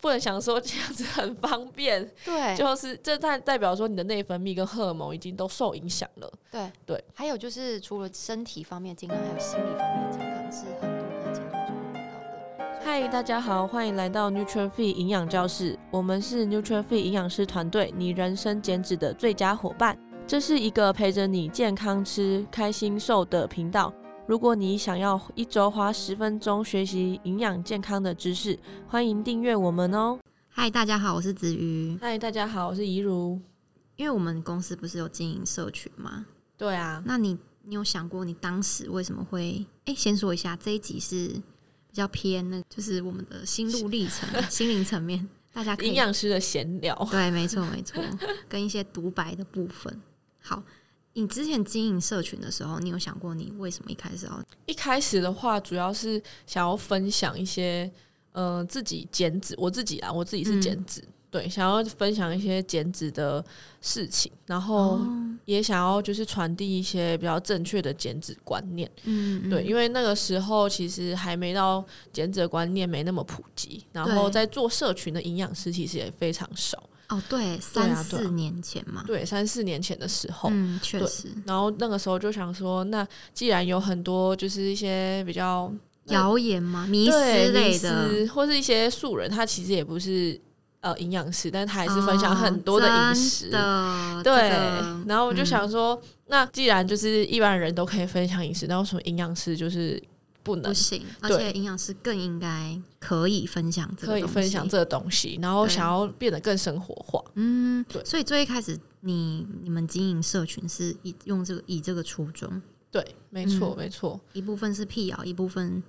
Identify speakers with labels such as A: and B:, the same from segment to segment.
A: 不能想说这样子很方便，
B: 对，
A: 就是这代代表说你的内分泌跟荷尔蒙已经都受影响了。
B: 对
A: 对，
B: 还有就是除了身体方面的健康，还有心理方面的健康是很多人在减重中遇到的。所以
A: 嗨，大家好，欢迎来到 NutriFit 营养教室，我们是 NutriFit 营养师团队，你人生减脂的最佳伙伴。这是一个陪着你健康吃、开心瘦的频道。如果你想要一周花十分钟学习营养健康的知识，欢迎订阅我们哦。
B: 嗨，大家好，我是子瑜。
A: 嗨，大家好，我是怡如。
B: 因为我们公司不是有经营社群吗？
A: 对啊，
B: 那你你有想过你当时为什么会？哎、先说一下，这一集是比较偏那，就是我们的心路历程、 心灵层面，大家可
A: 营
B: 以
A: 养师的闲聊。
B: 对，没错没错，跟一些独白的部分。好，你之前经营社群的时候，你有想过你为什么一开始要？
A: 一开始的话，主要是想要分享一些，呃，自己减脂，我自己啊，我自
B: 嗯
A: 己是减脂，对，想要分享一些减脂的事情，然后
B: 哦
A: 也想要就是传递一些比较正确的减脂观念，
B: 嗯，
A: 对，因
B: 为
A: 为那个时候其实还没到减脂的观念没那么普及，然后
B: 对
A: 在做社群的营养师其实也非常少，
B: 哦，对，三
A: 对啊
B: 四年前嘛，
A: 对，三四年前的时候，
B: 嗯，确
A: 对
B: 实
A: 然后那个时候就想说，那既然有很多就是一些比较那
B: 谣言嘛，迷思
A: 对
B: 类
A: 迷
B: 的，
A: 思或是一些素人，他其实也不是呃营养师，但他还是分享很多的
B: 哦
A: 饮食。
B: 真的
A: 对，
B: 这个
A: 然后我就
B: 嗯
A: 想说，那既然就是一般人都可以分享饮食，那为什么营养师就是不能
B: 不行，而
A: 对
B: 且营养师更应该可以分享这个，
A: 可以分享。这个东西？然后
B: 对
A: 想要变得更生活化。
B: 嗯，
A: 对
B: 所以最一开始你你们经营社群是以用这个以这个初衷，
A: 对，没错，
B: 嗯
A: 没错，
B: 一部分是辟谣，一部分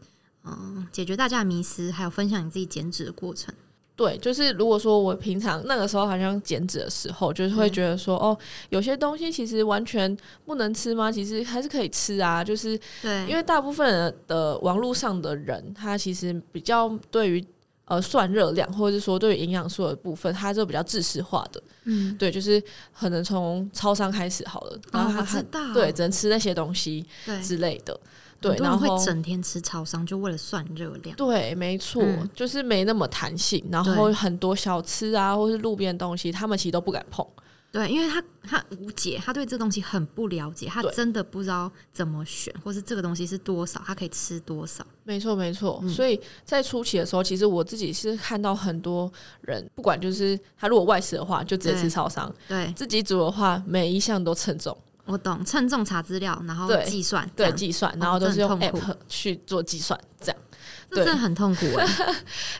B: 嗯、解决大家的迷思，还有分享你自己减脂的过程。
A: 对，就是如果说我平常那个时候好像减脂的时候，就是会
B: 对
A: 觉得说，哦，有些东西其实完全不能吃吗？其实还是可以吃啊，就是
B: 对，
A: 因
B: 为
A: 为大部分人的网络上的人，他其实比较对于呃算热量，或者是说对于营养素的部分，他就比较知识化的。
B: 嗯，
A: 对，就是可能从超商开始好了，然后
B: 哦，
A: 他
B: 我知
A: 很、
B: 道，
A: 对只能吃那些东西
B: 对，
A: 之类的。对，
B: 很多
A: 然
B: 人
A: 后
B: 会整天吃超商，就为了算热量。
A: 对，没错，
B: 嗯
A: 就是没那么弹性。然
B: 对
A: 后很多小吃啊，或是路边的东西，他们其实都不敢碰。
B: 对，因为他他无解，他对这东西很不了解，他
A: 对
B: 真的不知道怎么选，或是这个东西是多少，他可以吃多少。
A: 没错，没错。
B: 嗯
A: 所以在初期的时候，其实我自己是看到很多人，不管就是他如果外食的话，就直接
B: 对
A: 吃超商。
B: 对，
A: 自己煮的话，每一项都称重，
B: 我懂，称重查资料，然后
A: 对
B: 计算，这
A: 对
B: 样
A: 计算，
B: 哦
A: 然后都是
B: 这
A: 用
B: 很痛苦
A: app 去做计算，这样
B: 这真的很痛苦哎、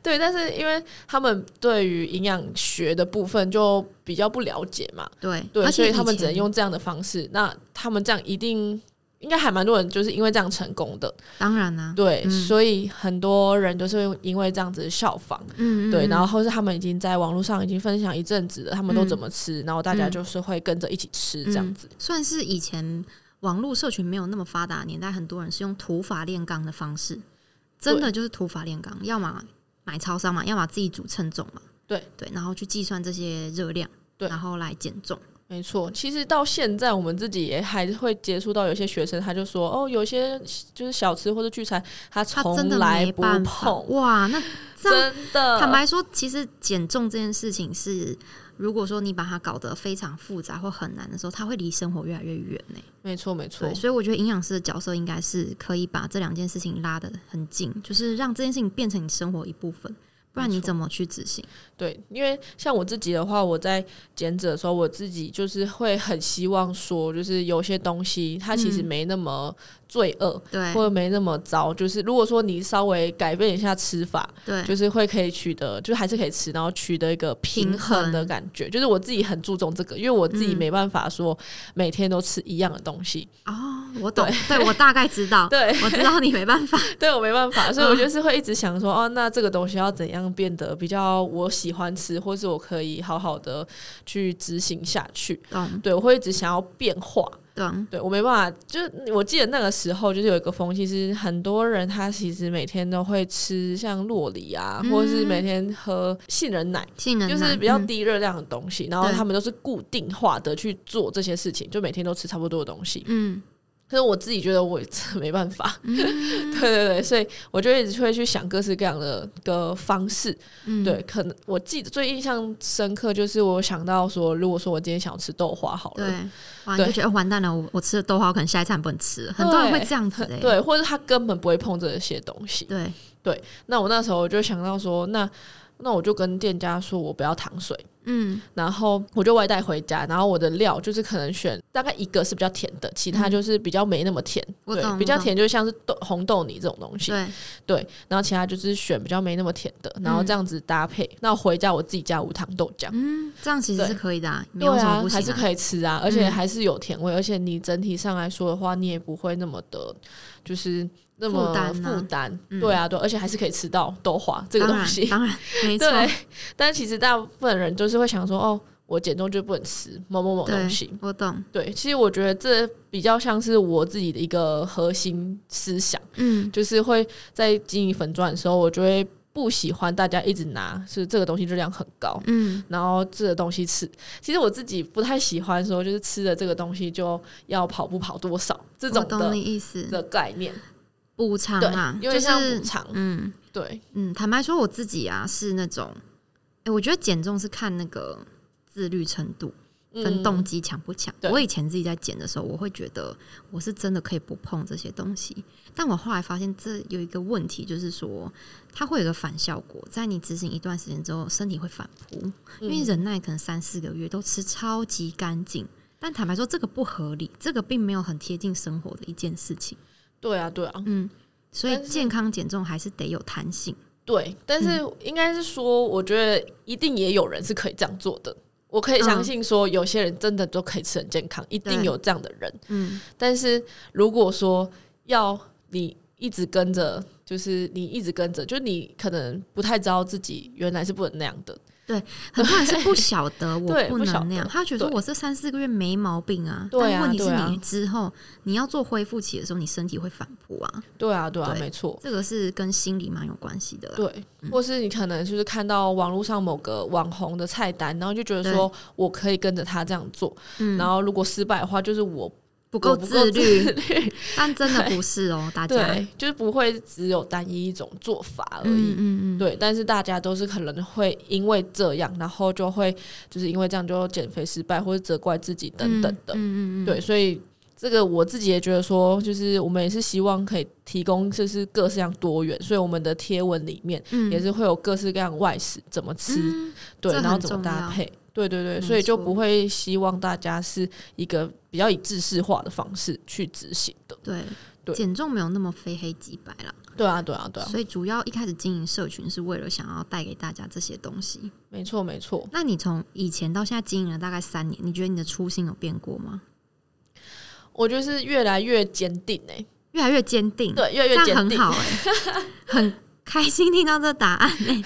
A: 对。但是因为他们对于营养学的部分就比较不了解嘛，
B: 对，
A: 对，
B: 而
A: 所
B: 且
A: 以他们
B: 以
A: 只能
B: 前
A: 用这样的方式。那他们这样一定应该还蛮多人就是因为这样成功的，
B: 当然啦、
A: 对，
B: 嗯
A: 所以很多人都是因为这样子效仿。
B: 嗯，嗯
A: 对，
B: 嗯
A: 然后或是他们已经在网络上已经分享一阵子了，他们都怎么吃，然后大家
B: 嗯
A: 就是会跟着一起吃这样
B: 嗯
A: 子。
B: 算是以前网络社群没有那么发达的年代，很多人是用土法炼钢的方式，真的就是土法炼钢，要么买超商嘛，要么自己煮称重嘛，
A: 对
B: 对，然后去计算这些热量，
A: 对
B: 然后来减重，
A: 没错，其实到现在我们自己也还会接触到有些学生，他就说哦，有些就是小吃或者聚餐，他
B: 他
A: 从
B: 真的
A: 来
B: 没
A: 不
B: 办法，
A: 碰，
B: 哇， 那这样
A: 真的。
B: 坦白说，其实减重这件事情是。如果说你把它搞得非常复杂或很难的时候，它会离生活越来越远呢、
A: 没错没错
B: 对，，所以我觉得营养师的角色应该是可以把这两件事情拉得很近，就是让这件事情变成你生活一部分，不然
A: 没
B: 你
A: 错
B: 怎么去执行？
A: 对，因为像我自己的话，我在减脂的时候，我自己就是会很希望说，就是有些东西它其实
B: 嗯哎
A: 没那么罪恶。
B: 对
A: 或者没那么糟，就是如果说你稍微改变一下吃法，
B: 对，
A: 就是会可以取得，就还是可以吃，然后取得一个平衡的感觉。就是我自己很注重这个，因为我自己
B: 嗯
A: 没办法说每天都吃一样的东西，
B: 哦，我懂，对我大概知道，
A: 对，
B: 我知道你没办法，
A: 对我没办 法，所以我就是会一直想说，哦，那这个东西要怎样变得比较我喜欢吃，或是我可以好好的去执行下去。
B: 懂
A: 对，我会一直想要变化。
B: 懂，
A: 对我没办法，就是我记得那个时候，就是有一个风气是很多人他其实每天都会吃像洛梨啊，
B: 嗯
A: 或者是每天喝杏仁奶，
B: 性能
A: 就是比较低热量的东西，然后
B: 嗯对
A: 他们都是固定化的去做这些事情，就每天都吃差不多的东西。
B: 嗯，嗯，
A: 可是我自己觉得我真的没办法，
B: 嗯
A: 对对对，所以我就一直会去想各式各样的个方式。
B: 嗯，
A: 对，可能我记得最印象深刻就是我想到说，如果说我今天想要吃豆花好了，
B: 对，哇，你就
A: 对
B: 觉得哦完蛋了，我我吃了豆花，我可能下一餐不能吃了，很多人会这样子哎、
A: 对，或者他根本不会碰这些东西。
B: 对，
A: 那我那时候我就想到说，那那我就跟店家说我不要糖水，
B: 嗯，
A: 然后我就外带回家，然后我的料就是可能选大概一个是比较甜的，其他就是比较没那么甜，
B: 我懂
A: 对，比较甜就像是豆红豆泥这种东西，
B: 对，
A: 对，然后其他就是选比较没那么甜的，然后这样子搭配，那我回家我自己加无糖豆浆。
B: 嗯，这样其实
A: 对
B: 是可以的、啊，没
A: 对
B: 有什么
A: 啊
B: 不，行
A: 还是
B: 啊。
A: 可以吃啊，而且
B: 嗯
A: 还是有甜味，而且你整体上来说的话，你也不会那么的，就是那么
B: 负担啊
A: 负担。
B: 嗯
A: 对啊，对，而且还是可以吃到豆花这个
B: 当
A: 东
B: 然
A: 西。
B: 当然，没错，
A: 对，但其实大部分人就是会想说，哦，我减重就不能吃某某某东西
B: 对。，我懂，
A: 对，其实我觉得这比较像是我自己的一个核心思想，
B: 嗯，
A: 就是会在经营粉钻的时候，我就会不喜欢大家一直拿是这个东西热量很高，
B: 嗯，
A: 然后这个东西吃，其实我自己不太喜欢说就是吃了这个东西就要跑步跑多少这
B: 我
A: 种
B: 懂
A: 的
B: 你意思，
A: 的概念，
B: 补偿
A: 对
B: 啊，，
A: 因
B: 就
A: 为像
B: 是
A: 补偿，
B: 嗯
A: 对，
B: 嗯，坦白说我自己啊是那种，哎、我觉得减重是看那个自律程度跟
A: 嗯
B: 动机强不强。
A: 对
B: 我以前自己在减的时候，我会觉得我是真的可以不碰这些东西，但我后来发现这有一个问题，就是说它会有一个反效果，在你执行一段时间之后，身体会反扑。因为
A: 嗯
B: 忍耐可能三四个月都吃超级干净，但坦白说这个不合理，这个并没有很贴近生活的一件事情。
A: 对啊，对啊，
B: 嗯，所以
A: 但是
B: 健康减重还是得有弹性。
A: 对，但是应该是说，我觉得一定也有人是可以这样做的。我可以相信说，有些人真的都可以吃很健康，一定
B: 对
A: 有这样的人。
B: 嗯，
A: 但是如果说要你一直跟着，就是你一直跟着，就你可能不太知道自己原来是不能那样的。
B: 很多人是不晓 得我
A: 对
B: 不
A: 不晓
B: 能
A: 得
B: 那样，他觉得
A: 对
B: 我这三四个月没毛病啊。
A: 对啊
B: 但问题
A: 对
B: 是
A: 啊
B: 你之后你要做恢复期的时候，你身体会反扑 啊，
A: 对啊，对啊，
B: 对
A: 没错。嗯
B: 这个是跟心理蛮有关系的啦。
A: 对，或是你可能就是看到网络上某个网红的菜单，然后就觉得说我可以跟着他这样做，
B: 嗯，
A: 然后如果失败的话，就是我
B: 不
A: 我
B: 够
A: 不
B: 自
A: 够
B: 律， 但真的不是 哦，大家。
A: 对，就是不会只有单一一种做法而已。
B: 嗯嗯嗯，
A: 对，但是大家都是可能会因为这样，然后就会就是因为这样就减肥失败，或者责怪自己等等的。
B: 嗯嗯嗯嗯，
A: 对，所以这个我自己也觉得说，就是我们也是希望可以提供就是各式各样多元，所以我们的贴文里面
B: 嗯
A: 也是会有各式各样外食怎么吃，
B: 嗯
A: 对，
B: 这
A: 然后
B: 很
A: 怎么
B: 重
A: 搭
B: 要
A: 配。对对对，
B: 没
A: 所以就
B: 错
A: 不会希望大家是一个比较以制式化的方式去执行的。
B: 对，
A: 对
B: 减重没有那么非黑即白啦，
A: 对啊，对啊，对啊，
B: 所以主要一开始经营社群是为了想要带给大家这些东西。
A: 没错没错。
B: 那你从以前到现在经营了大概三年，你觉得你的初心有变过吗？
A: 我就是越来越坚定哎、
B: 越来越坚定，，
A: 对，越来
B: 这
A: 越
B: 样
A: 坚
B: 很
A: 定，
B: 好哎、 很开心听到这答案哎、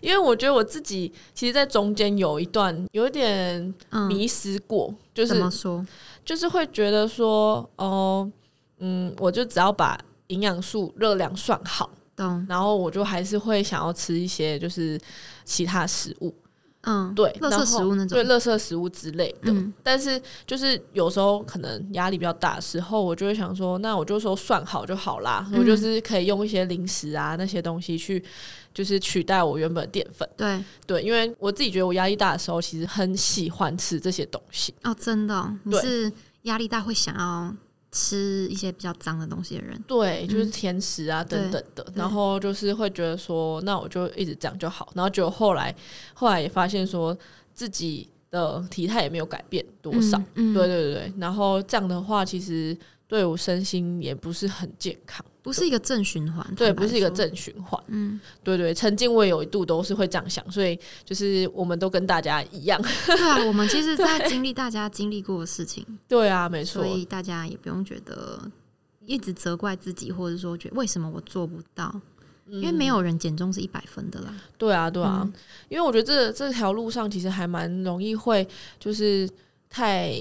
A: 因为我觉得我自己其实，在中间有一段有一点
B: 嗯，
A: 迷失过，就
B: 怎么
A: 是
B: 说？
A: 就是会觉得说，哦，嗯，我就只要把营养素、热量算好，
B: 懂，
A: 然后我就还是会想要吃一些就是其他食物，
B: 嗯，
A: 对，
B: 垃
A: 然
B: 圾
A: 后
B: 食物那种
A: 对，，垃圾食物之类的。
B: 嗯
A: 但是就是有时候可能压力比较大的时候，我就会想说，那我就说算好就好啦，
B: 嗯
A: 我就是可以用一些零食啊那些东西去，就是取代我原本的淀粉。
B: 对，
A: 对，因为我自己觉得我压力大的时候，其实很喜欢吃这些东西。
B: 哦，真的哦、你
A: 对
B: 是压力大会想要吃一些比较脏的东西的人，
A: 对，
B: 嗯
A: 就是甜食啊等等的，然后就是会觉得说，那我就一直这样就好。然后结果后来，后来也发现说自己的体态也没有改变多少，
B: 嗯，嗯
A: 对对对对，然后这样的话，其实对我身心也不是很健康，
B: 不是一个正循环，
A: 对，
B: 坦白
A: 不是一个
B: 说，
A: 正循环。
B: 嗯，
A: 对对，曾经我也有一度都是会这样想，所以就是我们都跟大家一样。
B: 对啊，我们其实，在经历大家经历过的事情，
A: 对啊，没错
B: 所，以大家也不用觉得一直责怪自己，或者说觉得为什么我做不到，
A: 嗯
B: 因为没有人减重是一百分的啦。
A: 对啊，对啊，
B: 嗯
A: 因为我觉得这这条路上其实还蛮容易会就是太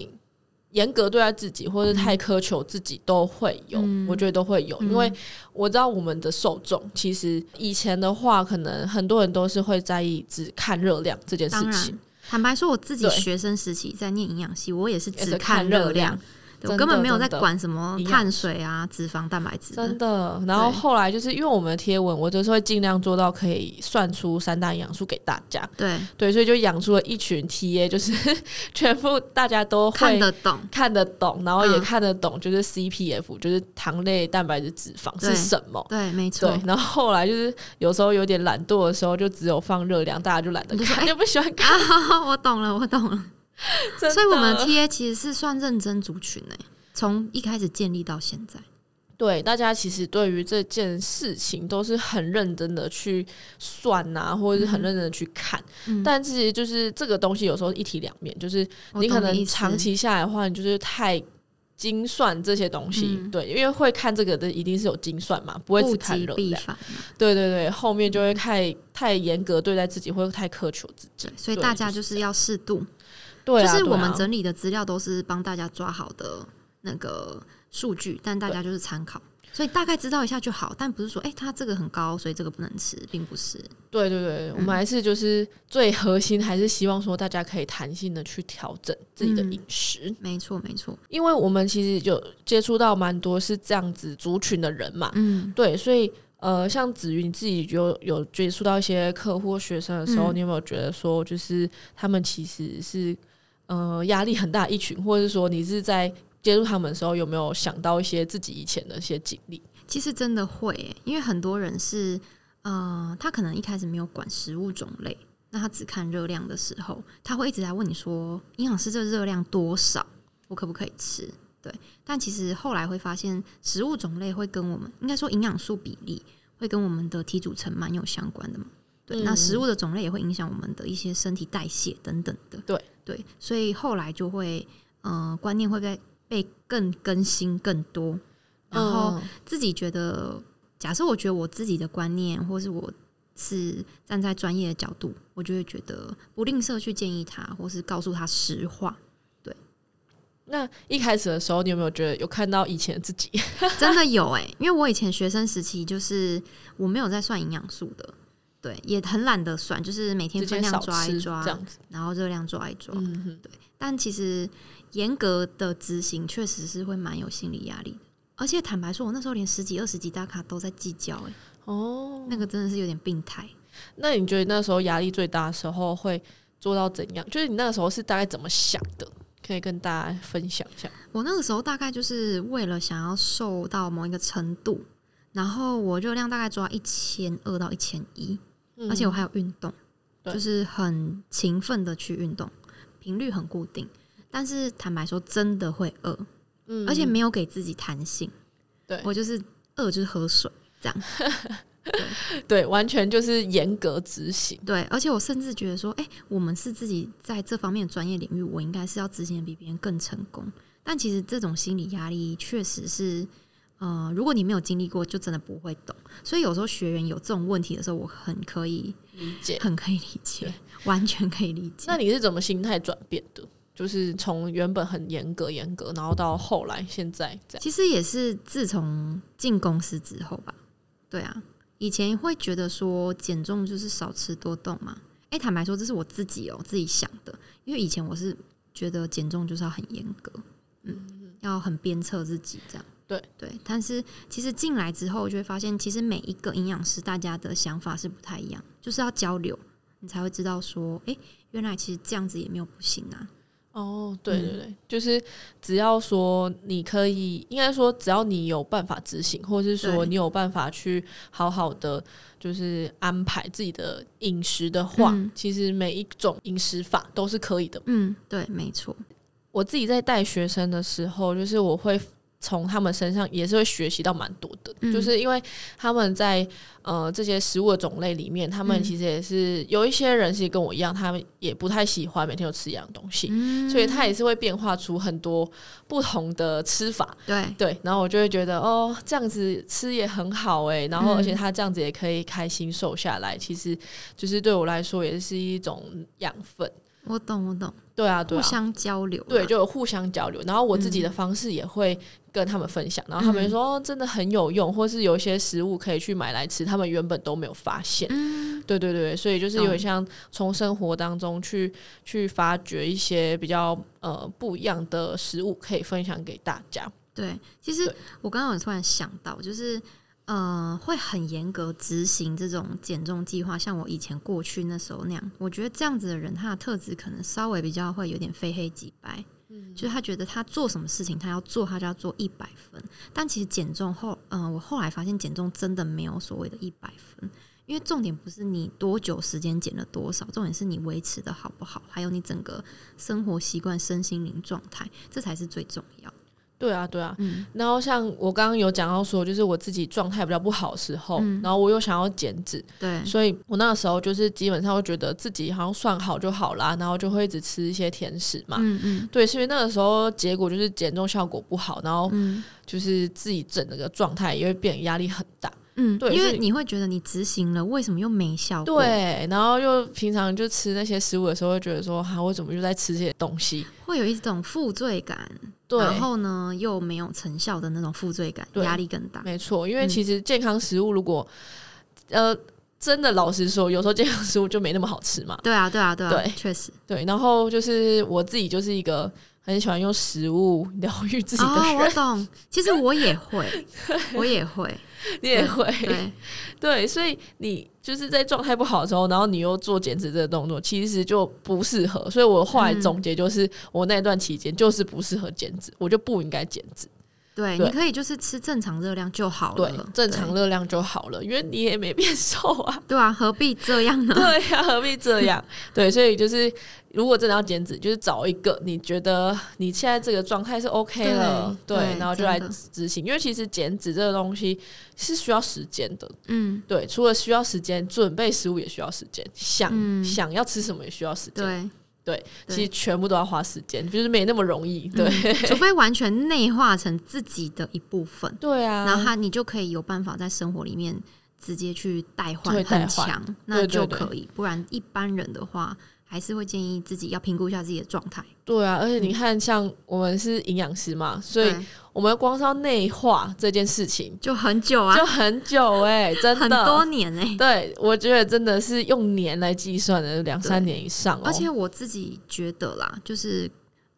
A: 严格对待自己，或者太苛求自己都会有，
B: 嗯
A: 我觉得都会有，
B: 嗯
A: 因为我知道我们的受众其实以前的话，可能很多人都是会在意只看热量这件事
B: 当
A: 情
B: 然。，坦白说，我自己
A: 对
B: 学生时期在念营养系，我也是
A: 也
B: 只
A: 是
B: 看
A: 看
B: 热
A: 热量
B: 量。对
A: 真
B: 我
A: 的
B: 根本没有在
A: 真的
B: 管什么
A: 营养
B: 碳水啊、脂肪、蛋白质的，
A: 真的。然后
B: 对
A: 后来就是因为我们的贴文，我就是会尽量做到可以算出三大营养素给大家，
B: 对，
A: 对，所以就养出了一群 TA，就是 全部大家都会
B: 看得懂。
A: 看得懂，然后也
B: 嗯
A: 看得懂，就是 CPF，、就是糖类、蛋白质、脂肪
B: 对
A: 是什么。
B: 对，没错
A: 对，，然后后来就是有时候有点懒惰的时候，就只有放热量，大家就懒得
B: 你就说
A: 看，
B: 哎
A: 就不喜欢看。
B: 啊， 我懂了，我懂了。
A: 真
B: 啊所以，我们
A: 的
B: T A 其实是算认真族群诶、从一开始建立到现在。
A: 对大家其实对于这件事情都是很认真的去算呐、或者是很认真的去看。
B: 嗯
A: 但其实就是这个东西有时候一体两面，就是
B: 我
A: 你可
B: 懂
A: 能
B: 意思
A: 长期下来的话，你就是太。精算这些东西，
B: 嗯
A: 对，因为会看这个的一定是有精算嘛，不会只
B: 物
A: 看
B: 极
A: 热
B: 必
A: 量。
B: 反嘛，
A: 对对对，后面就会太太严格对待自己，或者太苛求自己。
B: 对，所以
A: 对
B: 大
A: 就
B: 家
A: 是
B: 就是要适度，
A: 对啊，
B: 就是
A: 对
B: 我们
A: 啊
B: 整理的资料都是帮大家抓好的那个数据，但大家就是参考，所以大概知道一下就好，但不是说哎、它这个很高，所以这个不能吃，并不是。
A: 对对对，
B: 嗯
A: 我们还是就是最核心，还是希望说大家可以弹性的去调整自己的
B: 嗯
A: 饮食，
B: 没错，没错，
A: 因为我们其实就接触到蛮多是这样子族群的人嘛，
B: 嗯，
A: 对，所以呃，像子瑜你自己就有接触到一些客户或学生的时候，
B: 嗯
A: 你有没有觉得说，就是他们其实是呃压力很大的一群，或者是说你是在接触他们的时候，有没有想到一些自己以前的一些经历？
B: 其实真的会、欸，因为很多人是，呃，他可能一开始没有管食物种类，那他只看热量的时候，他会一直来问你说，营养师这热量多少，我可不可以吃？对，但其实后来会发现，食物种类会跟我们应该说营养素比例会跟我们的体组成蛮有相关的嘛。对，那
A: 嗯
B: 食物的种类也会影响我们的一些身体代谢等等的。
A: 对
B: 对，所以后来就会，呃，观念会被被更更新更多，然后
A: 嗯
B: 自己觉得，假设我觉得我自己的观念，或是我是站在专业的角度，我就会觉得不吝啬去建议他，或是告诉他实话。
A: 那一开始的时候，你有没有觉得有看到以前的自己？
B: 真的有哎、因为我以前学生时期就是我没有在算营养素的，对，也很懒得算，就是每 天
A: 之
B: 分
A: 前少
B: 量抓
A: 吃
B: 一抓
A: 这，样子，
B: 然后热量抓一抓。
A: 嗯哼，
B: 但其实严格的执行确实是会蛮有心理压力的。而且坦白说，我那时候连十几、二十几大卡都在计较、欸，
A: 哦，
B: 那个真的是有点病态。
A: 那你觉得那时候压力最大的时候会做到怎样？就是你那个时候是大概怎么想的？可以跟大家分享一下。
B: 我那个时候大概就是为了想要瘦到某一个程度，然后我热量大概抓一千二到一千一，
A: 嗯
B: 而且我还有运动，
A: 对
B: 就是很勤奋的去运动，频率很固定。但是坦白说，真的会饿，
A: 嗯
B: 而且没有给自己弹性。
A: 对
B: 我就是饿，就是喝水这样。
A: 对，完全就是严格执行。
B: 对，而且我甚至觉得说，哎、我们是自己在这方面的专业领域，我应该是要执行的比别人更成功。但其实这种心理压力确实是，呃，如果你没有经历过，就真的不会懂。所以有时候学员有这种问题的时候，我很可以，
A: 理解。
B: 很可以理解
A: 对，
B: 完全可以理解。
A: 那你是怎么心态转变的？就是从原本很严格、严格，然后到后来现在这样。
B: 其实也是自从进公司之后吧。对啊，以前会觉得说减重就是少吃多动嘛。哎、坦白说，这是我自己哦、自己想的，因为以前我是觉得减重就是要很严格，嗯，要很鞭策自己这样。
A: 对
B: 对，但是其实进来之后就会发现，其实每一个营养师大家的想法是不太一样，就是要交流，你才会知道说，哎、原来其实这样子也没有不行啊。
A: 哦，对
B: 嗯
A: 对对，就是只要说你可以，应该说只要你有办法执行，或是说
B: 对
A: 你有办法去好好的就是安排自己的饮食的话，
B: 嗯
A: 其实每一种饮食法都是可以的
B: 嗯，对，没错，
A: 我自己在带学生的时候，就是我会从他们身上也是会学习到蛮多的，
B: 嗯
A: 就是因为他们在呃这些食物的种类里面，他们
B: 嗯
A: 其实也是、有一些人其实跟我一样，他们也不太喜欢每天都吃一样东西。
B: 嗯，
A: 所以他也是会变化出很多不同的吃法，
B: 对，
A: 对，然后我就会觉得哦，这样子吃也很好诶、然后
B: 嗯
A: 而且他这样子也可以开心瘦下来，其实就是对我来说也是一种养分，
B: 我懂，我懂，
A: 对啊，对
B: 互
A: 啊，
B: 相交流啦，
A: 对，就有互相交流。然后我自
B: 嗯
A: 己的方式也会跟他们分享，然后他们就说、哦真的很有用，或是有一些食物可以去买来吃，他们原本都没有发现。
B: 嗯，
A: 对对对，所以就是有
B: 懂
A: 像从生活当中去去发掘一些比较呃不一样的食物，可以分享给大家。
B: 对。其实
A: 对
B: 我刚刚有突然想到，就是呃，会很严格执行这种减重计划，像我以前过去那时候那样，我觉得这样子的人，他的特质可能稍微比较会有点非黑即白。就是他觉得他做什么事情，他要做，他就要做一百分。但其实减重后，嗯、我后来发现减重真的没有所谓的一百分，因为重点不是你多久时间减了多少，重点是你维持的好不好，还有你整个生活习惯、身心灵状态，这才是最重要。
A: 对啊，对啊。
B: 嗯
A: 然后像我刚刚有讲到说，就是我自己状态比较不好的时候，
B: 嗯
A: 然后我又想要减脂，
B: 对，
A: 所以我那时候就是基本上会觉得自己好像算好就好啦，然后就会一直吃一些甜食嘛。
B: 嗯嗯
A: 对，是因为那个时候结果就是减重效果不好，然后
B: 嗯
A: 就是自己整个状态也会变得压力很大。
B: 嗯，
A: 对
B: 因
A: 所以
B: 为你会觉得你执行了，为什么又没效果？，
A: 对，然后又平常就吃那些食物的时候，会觉得说，啊哈、我怎么又在吃这些东西？
B: 会有一种负罪感，
A: 对，
B: 然后呢又没有成效的那种负罪感，
A: 对
B: 压力更大。
A: 没错，因为
B: 嗯
A: 其实健康食物如果，呃，真的老实说，有时候健康食物就没那么好吃嘛。
B: 对啊，对啊，对啊，
A: 对
B: 确实。
A: 对，然后就是我自己就是一个很喜欢用食物疗愈自己的
B: 哦，我
A: 人，
B: 懂。其实我也 会，我也会，
A: 你也会
B: 对，
A: 对，所以你就是在状态不好的时候，然后你又做减脂这个动作，其实就不适合。所以我后来
B: 嗯
A: 总结就是，我那段期间就是不适合减脂，我就不应该减脂，
B: 对，
A: 对
B: 你可以就是吃正常热量就好
A: 对
B: 了，，
A: 正常热量就好了，因为你也没变瘦 啊。
B: 对，对啊，何必这样呢？
A: 对呀、何必这样？对，所以就是如果真的要减脂，就是找一个你觉得你现在这个状态是 OK 了，对，
B: 对对
A: 然后就来
B: 真的
A: 执行。因为其实减脂这个东西是需要时间的，
B: 嗯，
A: 对，除了需要时间，准备食物也需要时间，想、
B: 嗯
A: 想要吃什么也需要时间，
B: 对，对
A: 其实全部都要花时间，就是没那么容易，对，
B: 嗯 除非完全内化成自己的一部分，
A: 对啊，
B: 然后它你就可以有办法在生活里面直接去代
A: 对
B: 换，
A: 代
B: 很
A: 换
B: 强，那就
A: 对对
B: 可以。不然一般人的话，还是会建议自己要评估一下自己的状态。
A: 对啊，而且你看，像我们是营养师嘛，所以
B: 对
A: 我们光是要内化这件事情
B: 就很久啊，
A: 就很久 哎、真的
B: 很多年哎、
A: 对，我觉得真的是用年来计算的，两
B: 对
A: 三年以上、哦。
B: 而且我自己觉得啦，就是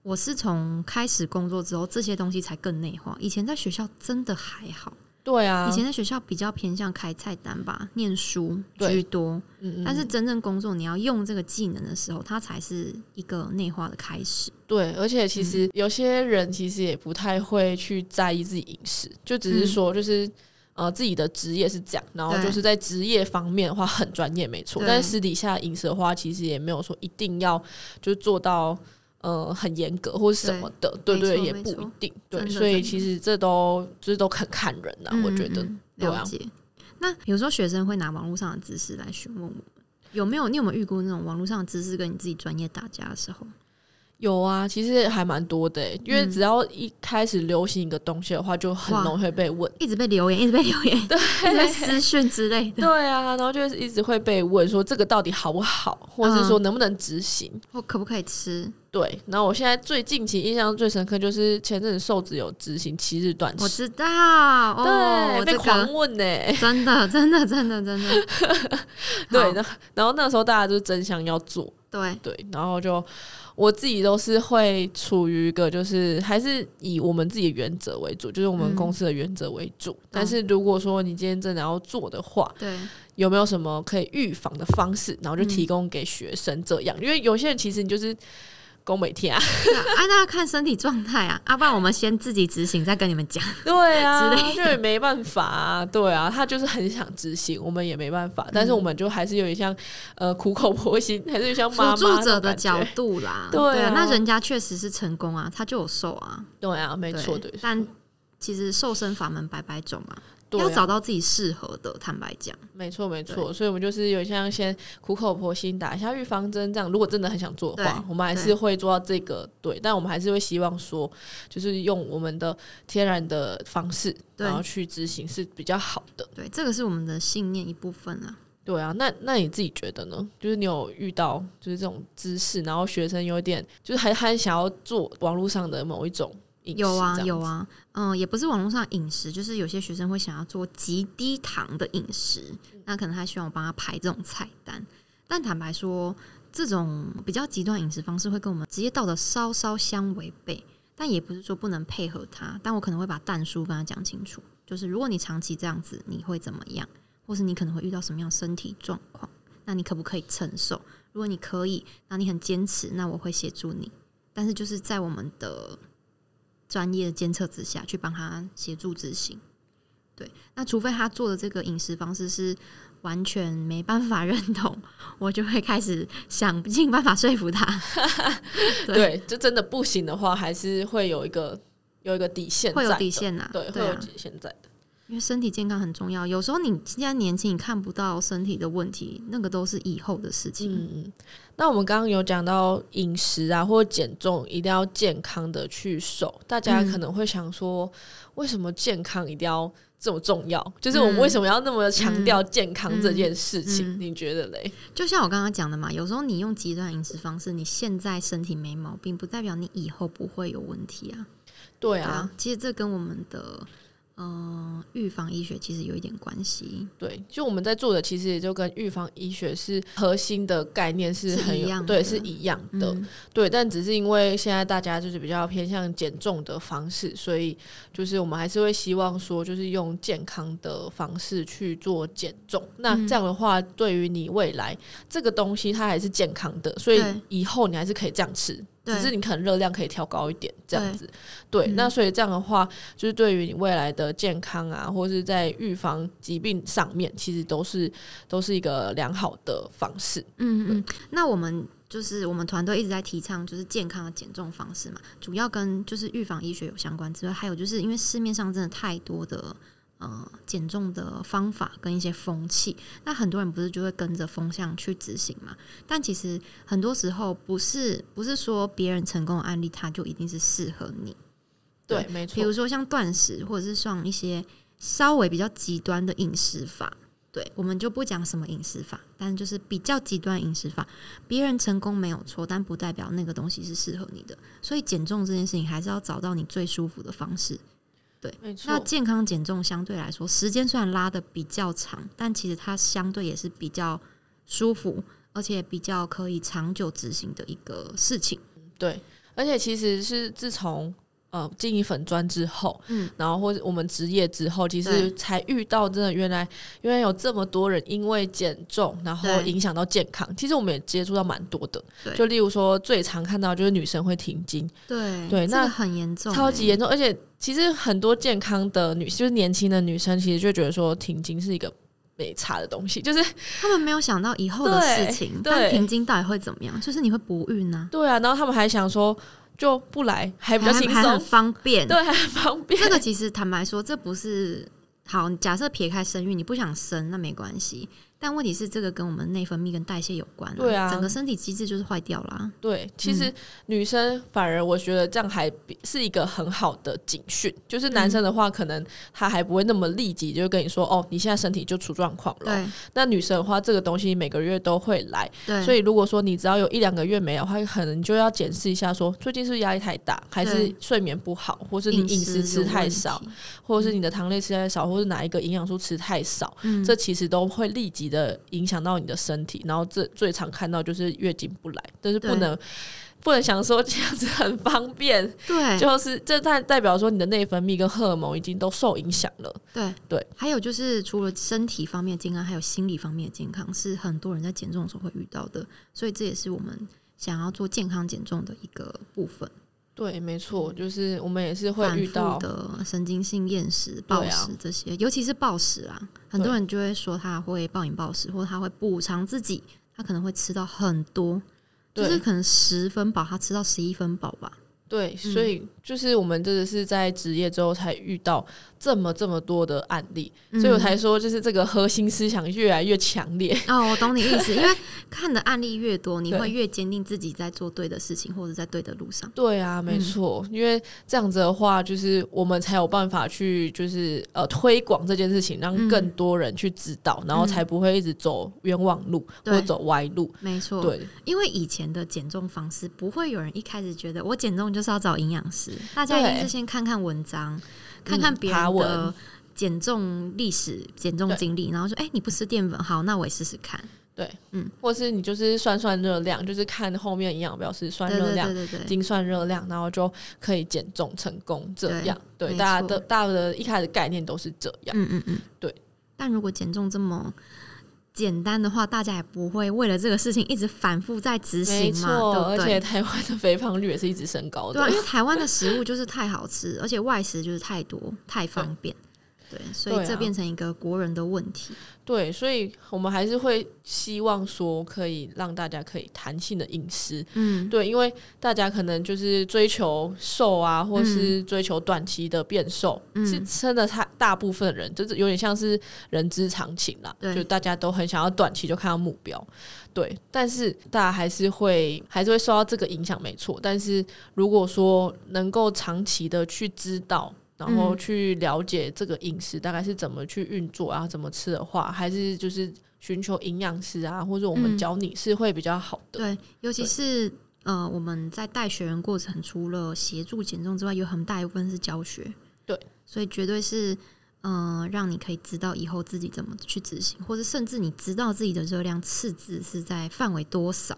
B: 我是从开始工作之后，这些东西才更内化。以前在学校真的还好，
A: 对啊，
B: 以前在学校比较偏向开菜单吧，念书
A: 对
B: 居多。
A: 嗯嗯
B: 但是真正工作，你要用这个技能的时候，它才是一个内化的开始。
A: 对，而且
B: 嗯
A: 其实有些人其实也不太会去在意自己饮食，就只是说就是。呃，自己的职业是这样，然后
B: 嗯对
A: 就是在职业方面的话很专业，没错。
B: 对
A: 但是私底下饮食的话，其实也没有说一定要就是做到呃很严格或是什么的，对
B: 对
A: 对，
B: 没错
A: 也
B: 没
A: 不
B: 错
A: 一定。对，
B: 真的
A: 所以
B: 真的
A: 其实这都就是都很看人呐、我觉得。
B: 嗯
A: 对啊
B: 了解。那有时候学生会拿网络上的知识来询问我们，有没有？你有没有遇过那种网络上的知识跟你自己专业打架的时候？
A: 有啊，其实还蛮多的欸、因为
B: 嗯
A: 只要一开始流行一个东西的话，就很
B: 哇
A: 容易会被问。
B: 一直被留言，一直被留 言，对，一直被私讯之 类的，
A: 对啊，然后就是一直会被问说这个到底好不好，
B: 嗯
A: 或者是说能不能执行。
B: 或哦可不可以吃？
A: 对，然后我现在最近期印象最深刻就是前阵子瘦子有执行七日断
B: 我
A: 食，
B: 知道，哦
A: 对，，
B: 这
A: 被狂
B: 个
A: 问呢、
B: 真的，真的，真的，真的，
A: 对，
B: 好
A: 然后然后那时候大家就争相要做，
B: 对，
A: 对，然后就我自己都是会处于一个就是还是以我们自己的原则为主，就是我们
B: 嗯
A: 公司的原则为主。但是如果说你今天真的要做的话，
B: 对，
A: 有没有什么可以预防的方式，然后就提供给学生这样？因为有些人其实你就是工每天啊，
B: 对啊，啊那要看身体状态啊，啊，不然我们先自己执行，再跟你们讲。
A: 对啊，
B: 之类
A: 就也没办法啊，对啊，他就是很想执行，我们也没办法，
B: 嗯
A: 但是我们就还是有点像呃苦口婆心，还是像妈
B: 辅
A: 妈那
B: 助者
A: 种
B: 的
A: 感觉
B: 角度啦，
A: 对啊
B: 啊，那人家确实是成功啊，他就有瘦啊，
A: 对啊，没错，对，
B: 但其实瘦身法门百百种嘛，
A: 对啊
B: 要找到自己适合的，坦白讲，
A: 没错，没错，所以我们就是有像先苦口婆心打一下预防针，这样如果真的很想做的话
B: 对，
A: 我们还是
B: 对
A: 会做到这个对，但我们还是会希望说，就是用我们的天然的方式，
B: 对
A: 然后去执行是比较好的。
B: 对，这个是我们的信念一部分啊。
A: 对啊，那那你自己觉得呢？就是你有遇到就是这种知识，然后学生有点就是还还想要做网络上的某一种饮食
B: 有啊
A: 这样
B: 有
A: 子，
B: 啊，嗯、也不是网络上饮食，就是有些学生会想要做极低糖的饮食，
A: 嗯
B: 那可能他希望我帮他排这种菜单。但坦白说，这种比较极端饮食方式会跟我们职业道德稍稍相违背，但也不是说不能配合他，但我可能会把蛋叔跟他讲清楚，就是如果你长期这样子，你会怎么样，或是你可能会遇到什么样的身体状况，那你可不可以承受？如果你可以，那你很坚持，那我会协助你。但是就是在我们的专业的监测之下去帮他协助执行。对，那除非他做的这个饮食方式是完全没办法认 同，我就会开始想尽办法说服他。
A: 对，就真的不行的话，还是会有一个有一个底线，
B: 会有底，线呐、
A: 对，会
B: 对
A: 有
B: 啊，
A: 底线在的。
B: 因为身体健康很重要。有时候你现在年轻，你看不到身体的问题，那个都是以后的事情。
A: 嗯，嗯，那我们刚刚有讲到饮食啊，或者减重一定要健康的去瘦。大家
B: 嗯
A: 可能会想说，为什么健康一定要这么重要？就是我们
B: 嗯
A: 为什么要那么强调健康这件事情？
B: 嗯嗯
A: 你觉得嘞？
B: 就像我刚刚讲的嘛，有时候你用极端饮食方式，你现在身体没毛病，不代表你以后不会有问题啊。
A: 对
B: 对
A: 啊
B: 啊，，其实这跟我们的嗯预防医学其实有一点关系，
A: 对，就我们在做的其实也就跟预防医学是核心的概念是
B: 是
A: 很
B: 一
A: 有
B: 样
A: 对
B: 的
A: 是一样的。
B: 嗯，
A: 对，但只是因为现在大家就是比较偏向减重的方式，所以就是我们还是会希望说，就是用健康的方式去做减重。那
B: 嗯
A: 这样的话，对于你未来这个东西它还是健康的，所以
B: 对
A: 以后你还是可以这样吃，
B: 对
A: 只是你可能热量可以调高一点这样
B: 对
A: 子。对，
B: 嗯
A: 那所以这样的话，就是对于你未来的健康啊，或是在预防疾病上面，其实都是都是一个良好的方式。
B: 嗯嗯，那我们就是我们团队一直在提倡就是健康的减重方式嘛，主要跟就是预防医学有相关之外，还有就是因为市面上真的太多的。呃，减重的方法跟一些风气，那很多人不是就会跟着风向去执行嘛？但其实很多时候不是不是说别人成功的案例，它就一定是适合你。
A: 对
B: 对，
A: 没
B: 比
A: 错
B: 如。说像断食，或者是像一些稍微比较极端的饮食法。对，我们就不讲什么饮食法，但就是比较极端饮食法，别人成功没有错，但不代表那个东西是适合你的。所以减重这件事情，还是要找到你最舒服的方式。
A: 没错，
B: 那健康减重相对来说，时间虽然拉的比较长，但其实它相对也是比较舒服，而且比较可以长久执行的一个事情。
A: 对，而且其实是自从呃经营粉砖之后，
B: 嗯，
A: 然后或者我们职业之后，其实
B: 对
A: 才遇到真的原来原来有这么多人因为减重，然后
B: 对
A: 影响到健康。其实我们也接触到蛮多的，
B: 对
A: 就例如说最常看到就是女生会停经，
B: 对
A: 对
B: 这
A: 那
B: 个很严重、
A: 超级
B: 欸
A: 严重，而且其实很多健康的女就是年轻的女生，其实就觉得说停经是一个没差的东西， 就是
B: 他们没有想到以后的
A: 对
B: 事情，
A: 对
B: 但停经到底会怎么样？就是你会不孕呐、
A: 对啊，然后他们还想说就不来还
B: 还
A: 比较轻
B: 还
A: 松，
B: 很方便。
A: 对，还方便，
B: 这个其实坦白说，这不是好。假设撇开生育，你不想生，那没关系。但问题是，这个跟我们内分泌跟代谢有关、啊，
A: 对啊
B: 整个身体机制就是坏掉啊啦。
A: 对，其
B: 嗯
A: 实女生反而我觉得这样还比是一个很好的警讯，就是男生的话，可能他还不会那么立即就跟你说，哦，你现在身体就出状况了。
B: 对
A: 那女生的话，这个东西每个月都会来，
B: 对，
A: 所
B: 以
A: 以如果说你只要有一两个月没有的话，可能你就要检视一下说最近是不是压力太大，还是
B: 对
A: 睡眠不好，或是你饮食吃太少，，或者是你的糖类吃太少，或是哪一个营养素吃太少，
B: 嗯，
A: 这其实都会立即的影响到你的身体，然后这最常看到就是月经不来，但是不
B: 对
A: 能不能想说这样子很方便，
B: 对
A: 就是这代代表说你的内分泌跟荷尔蒙已经都受影响了。
B: 对
A: 对。
B: 还有就是，除了身体方面的健康，还有心理方面的健康，是很多人在减重的时候会遇到的。所以这也是我们想要做健康减重的一个部分。
A: 对，没错，就是我们也是会
B: 反
A: 遇
B: 复
A: 到，
B: 的神经性厌食、
A: 对啊
B: 暴食这些，尤其是暴食啊，很多人就会说他会暴饮暴食，或者他会补偿自己，他可能会吃到很多，就
A: 对
B: 是可能十分饱，他吃到十一分饱吧。
A: 对，所以就是我们真的是在职业之后才遇到这么这么多的案例，所以我才说就是这个核心思想越来越强烈。
B: 哦，我懂你意思，因为看的案例越多，你
A: 对
B: 会越坚定自己在做对的事情或者在对的路上。
A: 对啊，没错，因为这样子的话，就是我们才有办法去，就是呃推广这件事情，让
B: 嗯
A: 更多人去知道，然后才不会一直走冤枉路或
B: 对
A: 者走歪路。
B: 没错，
A: 对，
B: 因为以前的减重方式，不会有人一开始觉得我减重就是要找营养师，大家一定
A: 对
B: 是先看看文章，看看别
A: 嗯爬
B: 人
A: 文
B: 的减重历史、减重经历，然后说，哎、你不吃淀粉，好，那我也试试看。
A: 或是你就是算算热量，就是看后面营养表示算
B: 对
A: 热
B: 对
A: 量
B: 对对对，
A: 精算热量，然后就可以减重成功。这
B: 对
A: 样，对
B: 没
A: 大家
B: 错
A: 的大家的一开始概念都是这样。
B: 嗯嗯嗯，
A: 对。
B: 但如果减重这么简单的话，大家也不会为了这个事情一直反复在执
A: 没
B: 行嘛，
A: 错，
B: 对不
A: 而
B: 对？
A: 且台湾的肥胖率也是一直升高
B: 对、啊，
A: 的
B: 因。为台湾的食物就是太好吃， 而且外食就是太多太方便，对，所
A: 对
B: 以
A: 啊
B: 这变成一个国人的问题。
A: 对，所以我们还是会希望说，可以让大家可以弹性的饮食。
B: 嗯，
A: 对，因为大家可能就是追求瘦啊，或是追求短期的变瘦，
B: 嗯
A: 是真的太大部分人就是有点像是人之常情啦，
B: 对
A: 就大家都很想要短期就看到目标，对，但是大家还是会还是会受到这个影响，没错。但是如果说能够长期的去知道。然后
B: 嗯
A: 去了解这个饮食大概是怎么去运作啊，怎么吃的话，还是就是寻求营养师啊，或者我们
B: 嗯
A: 教你是会比较好的。
B: 对，尤其
A: 对
B: 是呃，我们在带学员过程，除了协助减重之外，有很大一部分是教学。
A: 对，
B: 所以绝对是嗯、呃让你可以知道以后自己怎么去执行，或者甚至你知道自己的热量赤字是在范围多少，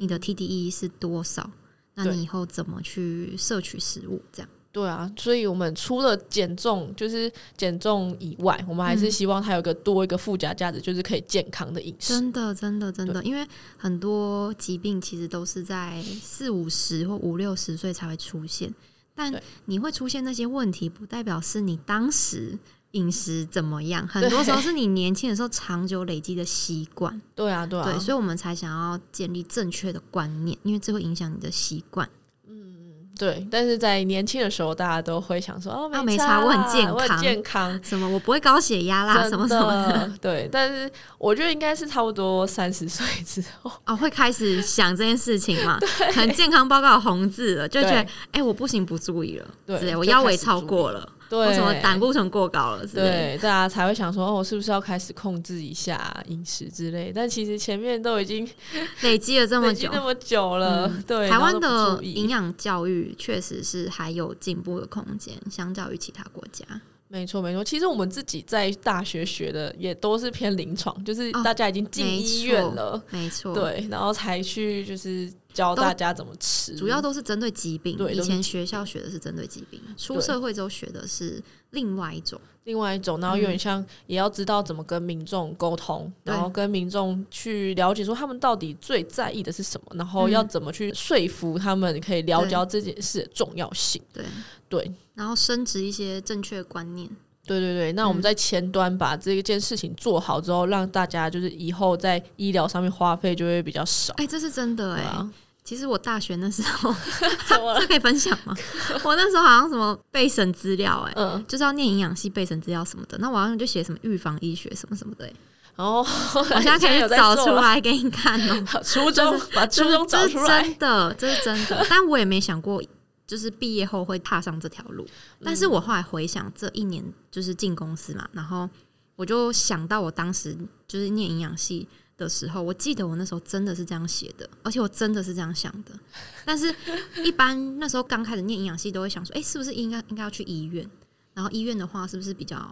B: 你的 TDE 是多少，那
A: 嗯对
B: 你以后怎么去摄取食物？这样，
A: 对啊，所以我们除了减重，就是减重以外，我们还
B: 嗯
A: 是希望它有个多一个附加价值，就是可以健康的饮食。
B: 真的，真的，真的，因为很多疾病其实都是在四五十或五六十岁才会出现，但
A: 对
B: 你会出现那些问题，不代表是你当时饮食怎 么样，很多时候是你年轻的时候长久累积的习惯，
A: 对啊，对啊，
B: 对，所以我们才想要建立正确的观念，因为这会影响你的习惯。
A: 对但是在年轻的时候，大家都会想说，哦，
B: 啊
A: 没
B: 没
A: 差
B: 差
A: 啦，
B: 我很健
A: 我很
B: 康
A: 健康。
B: 什么我不会高血压啦，
A: 真
B: 什么什么的，
A: 的，对，但是我觉得应该是差不多三十岁之后，
B: 哦，会开始想这件事情 嘛？可能健康报告红字了，就觉得
A: 对
B: 哎、我不行，不注意了，
A: 对
B: 之类
A: 就
B: 我腰
A: 开
B: 围
A: 始
B: 超
A: 注意
B: 过了。
A: 对，
B: 为什么胆固欸醇过高了之类的。
A: 对，大家才会想说，哦，我是不是要开始控制一下饮食之类？但其实前面都已经
B: 累积了这么
A: 已经
B: 久嗯
A: 那，么久了，对，
B: 台
A: 然后
B: 湾
A: 都不
B: 的
A: 注意
B: 营养教育确实是还有进步的空间，相较于其他国家。
A: 没错，没错。其实我们自己在大学学的也都是偏临床，就是
B: 哦
A: 大家已经进
B: 没
A: 医院
B: 错
A: 了，
B: 没错，，
A: 对，然后才去就是教
B: 都
A: 大家怎么吃。
B: 主要都是针对疾病。
A: 对
B: 以
A: 都是
B: 前学校学的是针对疾病，出
A: 对
B: 社会之后学的是另外一种。
A: 另外一种，然后有点像也要知道怎么跟民众沟通，
B: 嗯对
A: 然后跟民众去了解说他们到底最在意的是什么，然后
B: 嗯
A: 要怎么去说服他们可以了解
B: 对
A: 到这件事的重要性。
B: 对，
A: 对，
B: 然后升值一些正确观念。
A: 对对对，那我们
B: 嗯
A: 在前端把这一件事情做好之后，让大家就是以后在医疗上面花费就会比较少。
B: 哎、这是真的哎、
A: 对啊，
B: 其实我大学那时 候，
A: 怎么了？
B: 这可以分享 吗？我那时候好像什么备审资料哎、
A: 嗯，
B: 就是要念营养系备审资料什么的，那我好像就写什么预防医学什么什么的、欸，
A: 然后我
B: 我现在可以找出
A: 来，
B: 来给你看哦、
A: 初中把 初中找出
B: 这是
A: 来。
B: 真的，这是真的。但我也没想过，就是毕业后会踏上这条路。
A: 嗯
B: 但是我后来回想这一年，就是进公司嘛，然后我就想到我当时就是念营养系的时候，我记得我那时候真的是这样写的，而且我真的是这样想的。但是一般那时候刚开始念营养系，都会想说，哎、是不是应该应该要去医院？然后医院的话，是不是比较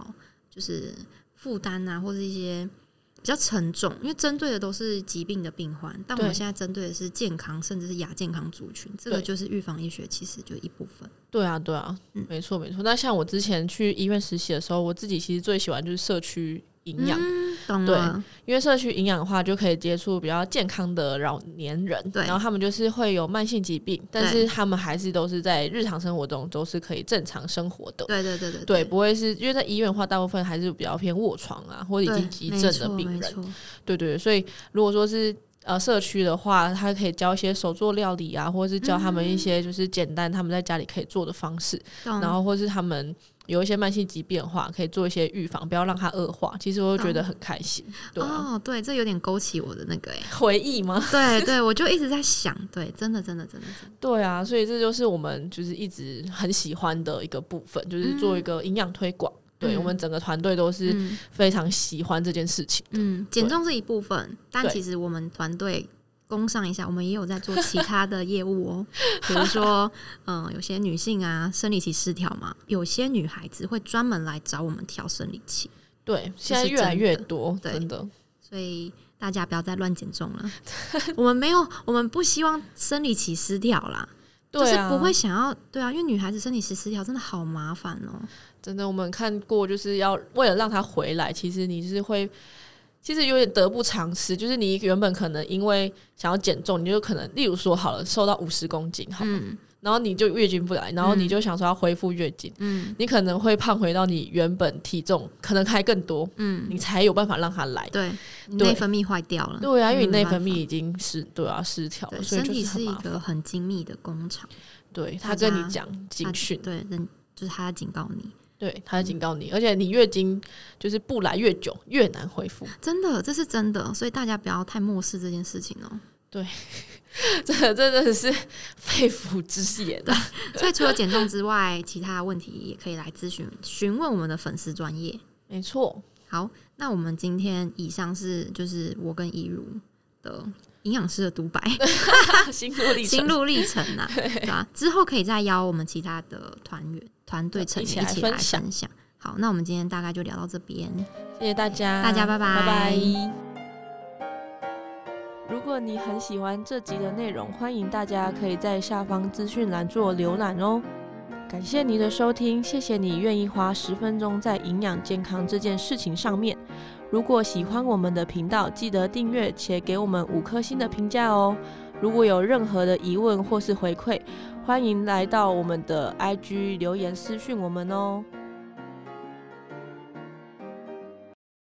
B: 就是负担啊，或者一些比较沉重？因为针对的都是疾病的病患，但我们
A: 对
B: 现在针对的是健康，甚至是亚健康族群，这个
A: 对
B: 就是预防医学其实就一部分。
A: 对啊，对啊，
B: 嗯
A: 没错没错。那像我之前去医院实习的时候，我自己其实最喜欢就是社区营养，
B: 嗯，懂
A: 对
B: 了，
A: 因为社区营养的话，就可以接触比较健康的老年人，
B: 对
A: 然后他们就是会有慢性疾病，但是他们还是都是在日常生活中都是可以正常生活的。
B: 对对对对
A: 对，不会是因为在医院的话，大部分还是比较偏卧床啊，或者已经急
B: 对
A: 症的病
B: 没
A: 人。
B: 错没错
A: 对对对，所以如果说是呃社区的话，他可以教一些手做料理啊，或者是教他们
B: 嗯
A: 一些就是简单他们在家里可以做的方式，
B: 懂
A: 然后或是他们。有一些慢性疾病的话，可以做一些预防，不要让它恶化。其实我就觉得很开心，对啊、
B: 嗯哦，对，这有点勾起我的那个哎、
A: 回忆吗？
B: 对对，我就一直在想，对，真的真的真的真的，
A: 对啊，所以这就是我们就是一直很喜欢的一个部分，就是做一个营养推广。对
B: 嗯
A: 我们整个团队都是
B: 嗯
A: 非常喜欢这件事情。
B: 嗯，减重是一部分，但
A: 对
B: 其实我们团队。工上一下，我们也有在做其他的业 务哦，比如说，嗯、有些女性啊，生理期失调嘛，有些女孩子会专门来找我们调生理期，
A: 对，
B: 是
A: 现在越来
B: 真的
A: 越多，
B: 对
A: 真的。
B: 所以大家不要再乱减重 了。我们没有，我们不希望生理期失调啦，就
A: 对
B: 是
A: 啊，
B: 不会想要对啊，因为女孩子生理期失调真的好麻烦哦、
A: 真的，我们看过，就是要为了让他回来，其实你是会，其实有点得不偿失。就是你原本可能因为想要减重，你就可能，例如说好了，瘦到五十公斤，好，
B: 嗯
A: 然后你就月经不来，然后你就想说要恢复月经，
B: 嗯
A: 你可能会胖回到你原本体重，可能还更多，
B: 嗯，
A: 你才有办法让它来。
B: 对，你
A: 对
B: 内分泌坏掉了，
A: 对啊，因为你
B: 没
A: 内
B: 办法
A: 分泌已经失对啊失调了，
B: 对，
A: 所以
B: 身
A: 就
B: 体
A: 很
B: 是一
A: 麻烦。
B: 个很精密的工厂，
A: 对他
B: 大
A: 跟你
B: 家
A: 讲警
B: 它
A: 讯，
B: 对人就是他要警告你，
A: 对他在警告你，而且你月经就是不来越久越难恢复，
B: 真的这是真的，所以大家不要太漠视这件事情哦、
A: 这真的是肺腑之言啊！
B: 所以除了减重之外，其他问题也可以来咨询询问我们的粉丝专业。
A: 没错，
B: 好，那我们今天以上是就是我跟怡如的营养师的独白
A: 啊心路历
B: 心
A: 程，
B: 路历程 呐、对吧、之后可以再邀我们其他的团员团队成
A: 一起
B: 员一
A: 来
B: 起
A: 分
B: 来
A: 享
B: 分享。好，那我们今天大概就聊到这边。
A: 谢谢大家，
B: 大家拜拜
A: 拜拜。如果你很喜欢这集的内容，欢迎大家可以在下方资讯栏做浏览哦。感谢你的收听，谢谢你愿意花十分钟在营养健康这件事情上面。如果喜欢我们的频道，记得订阅且给我们五颗星的评价哦。如果有任何的疑问或是回馈，欢迎来到我们的 IG 留言私讯我们哦。